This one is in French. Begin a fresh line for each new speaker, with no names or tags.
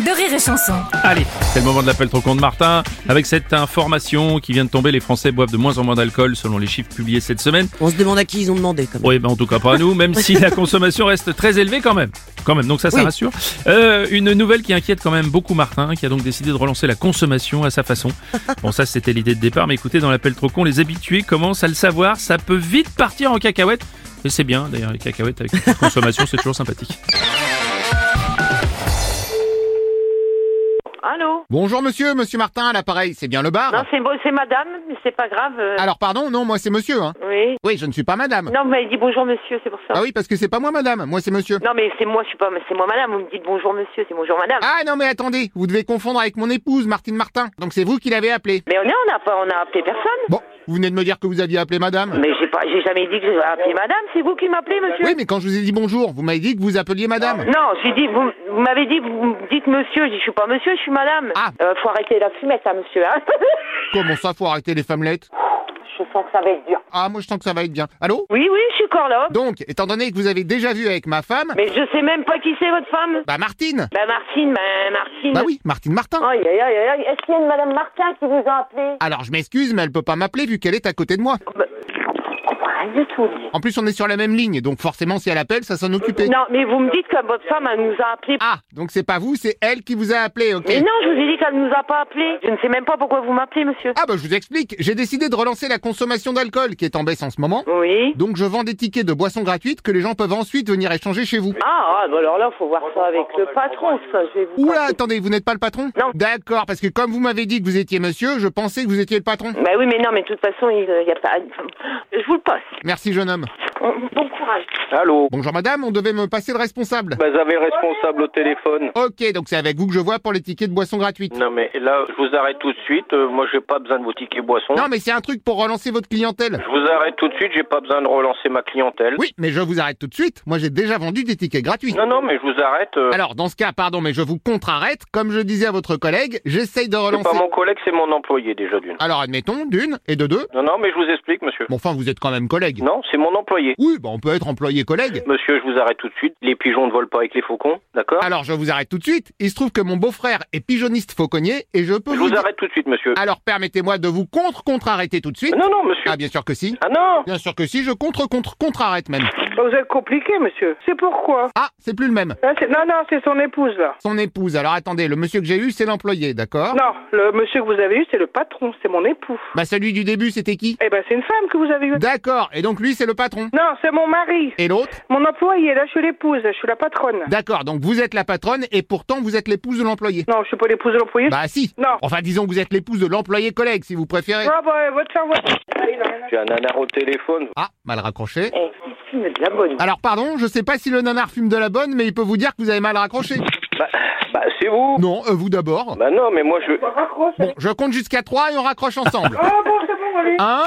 de rire et chanson.
Allez, c'est le moment de l'appel trop con de Martin. Avec cette information qui vient de tomber, les Français boivent de moins en moins d'alcool selon les chiffres publiés cette semaine.
On se demande à qui ils ont demandé. Comme
Oui, ben en tout cas pas à nous, même si la consommation reste très élevée quand même. Quand même, donc ça, ça
Oui.
rassure. Euh, une nouvelle qui inquiète quand même beaucoup Martin, qui a donc décidé de relancer la consommation à sa façon. Bon, ça c'était l'idée de départ, mais écoutez, dans l'appel trop con, les habitués commencent à le savoir, ça peut vite partir en cacahuète. Et c'est bien, d'ailleurs, les cacahuètes avec la consommation, c'est toujours sympathique.
Allô
Bonjour monsieur, monsieur Martin à l'appareil, c'est bien le bar
Non, c'est bon, c'est madame, mais c'est pas grave. euh,
Alors pardon, non, moi c'est monsieur. Hein.
Oui.
Oui, je ne suis pas madame.
Non, mais elle dit bonjour monsieur, c'est pour ça.
Ah oui, parce que c'est pas moi madame, moi c'est monsieur.
Non, mais c'est moi, je suis pas, c'est moi madame, vous me dites bonjour monsieur, c'est bonjour madame.
Ah non mais attendez, vous devez confondre avec mon épouse Martine Martin. Donc c'est vous qui l'avez appelée.
Mais on est, on n'a pas, on a appelé personne.
Bon, vous venez de me dire que vous aviez appelé madame.
Mais j'ai pas, j'ai jamais dit que j'avais appelé madame, c'est vous qui m'appelez monsieur.
Oui, mais quand je vous ai dit bonjour, vous m'avez dit que vous appeliez madame.
Non, j'ai dit, vous, vous m'avez dit, vous me dites monsieur, je dis je suis pas monsieur, je suis madame.
Ah.
Euh, faut arrêter la fumette, ça monsieur, hein.
Comment ça, faut arrêter les femmelettes
je sens que ça va être dur.
Ah, moi je sens que ça va être bien. Allô
Oui, oui, je suis encore là.
Donc, étant donné que vous avez déjà vu avec ma femme,
Mais je sais même pas qui c'est votre femme.
bah Martine
Bah Martine, bah Martine.
Bah oui, Martine Martin
Aïe, aïe, aïe, aïe, est-ce qu'il y a une madame Martin qui vous a appelé
Alors je m'excuse, mais elle peut pas m'appeler vu qu'elle est à côté de moi.
Je comprends rien du tout, lui.
En plus, on est sur la même ligne, donc forcément, si elle appelle, ça s'en occupait.
Non, mais vous me dites que votre femme, elle nous a appelé.
Ah, donc c'est pas vous, c'est elle qui vous a appelé, ok
Mais non, je vous ai dit qu'elle nous a pas appelé. Je ne sais même pas pourquoi vous m'appelez, monsieur.
Ah bah je vous explique, j'ai décidé de relancer la consommation d'alcool qui est en baisse en ce
Ah.
moment.
Oui.
Donc je vends des tickets de boissons gratuites que les gens peuvent ensuite venir échanger chez vous.
Ah, ah, bah alors là, faut voir ça avec le patron, ça. Je vais vous.
Oula, attendez, vous n'êtes pas le patron
Non.
D'accord, parce que comme vous m'avez dit que vous étiez monsieur, je pensais que vous étiez le patron.
Bah oui, mais non, mais de toute façon, il euh, y a pas. Je vous le passe.
Merci jeune homme.
Bon courage.
Allô
Bonjour madame, on devait me passer le responsable.
Bah, Vous avez le responsable au téléphone.
Ok, donc c'est avec vous que je vois pour les tickets de boissons gratuites.
Non mais là, je vous arrête tout de suite. Euh, moi, j'ai pas besoin de vos tickets boissons.
Non, mais c'est un truc pour relancer votre clientèle.
Je vous arrête tout de suite. J'ai pas besoin de relancer ma clientèle.
Oui, mais je vous arrête tout de suite. Moi, j'ai déjà vendu des tickets gratuits.
Non, non, mais je vous arrête. euh,
Alors, dans ce cas, pardon, mais je vous contre-arrête. Comme je disais à votre collègue, j'essaye de
c'est
relancer.
pas mon collègue, c'est mon employé déjà d'une.
Alors, admettons, d'une et de deux.
Non, non, mais je vous explique, monsieur.
Bon, enfin, vous êtes quand même collègue.
Non, c'est mon employé.
Oui, bah, on peut être employé-collègue.
Monsieur, je vous arrête tout de suite. Les pigeons ne volent pas avec les faucons, d'accord
Alors, je vous arrête tout de suite. Il se trouve que mon beau-frère est pigeoniste fauconnier et je peux
Je
vous
vous
dire-
arrête tout de suite, monsieur.
Alors, permettez-moi de vous contre-contre-arrêter tout de suite.
Non, non, monsieur.
Ah, bien sûr que si.
Ah non
Bien sûr que si, je contre-contre-contre-arrête même.
Oh, Vous êtes compliqué, monsieur. C'est pourquoi
Ah, c'est plus le même.
Là, c'est- Non, non, c'est son épouse, là.
Son épouse. Alors, attendez, le monsieur que j'ai eu, c'est l'employé, d'accord
Non, le monsieur que vous avez eu, c'est le patron, c'est mon époux.
Bah, celui du début, c'était qui
Eh ben, c'est une femme que vous
Mm.
avez eue.
D'accord, et donc lui c'est le patron.
Non, c'est mon mari.
Et l'autre
Mon employé, là, je suis l'épouse, je suis la
Mm.
patronne.
D'accord, donc vous êtes la patronne et pourtant vous êtes l'épouse de l'employé.
Non, je suis pas l'épouse de l'employé.
Bah si.
Non.
Enfin disons que vous êtes l'épouse de l'employé collègue si vous préférez.
Ah, bah, va te faire voir. Allez, là, là, là.
J'ai un nanar au téléphone.
Ah, mal raccroché.
Eh, il fume de la bonne.
Alors pardon, je sais pas si le nanar fume de la bonne mais il peut vous dire que vous avez mal raccroché.
Bah, bah c'est vous.
Non, euh, vous d'abord.
Bah non, mais moi, je...
Bah, raccroche.
Bon, je compte jusqu'à 3 et on raccroche ensemble.
Ah, bon, c'est bon, allez.
1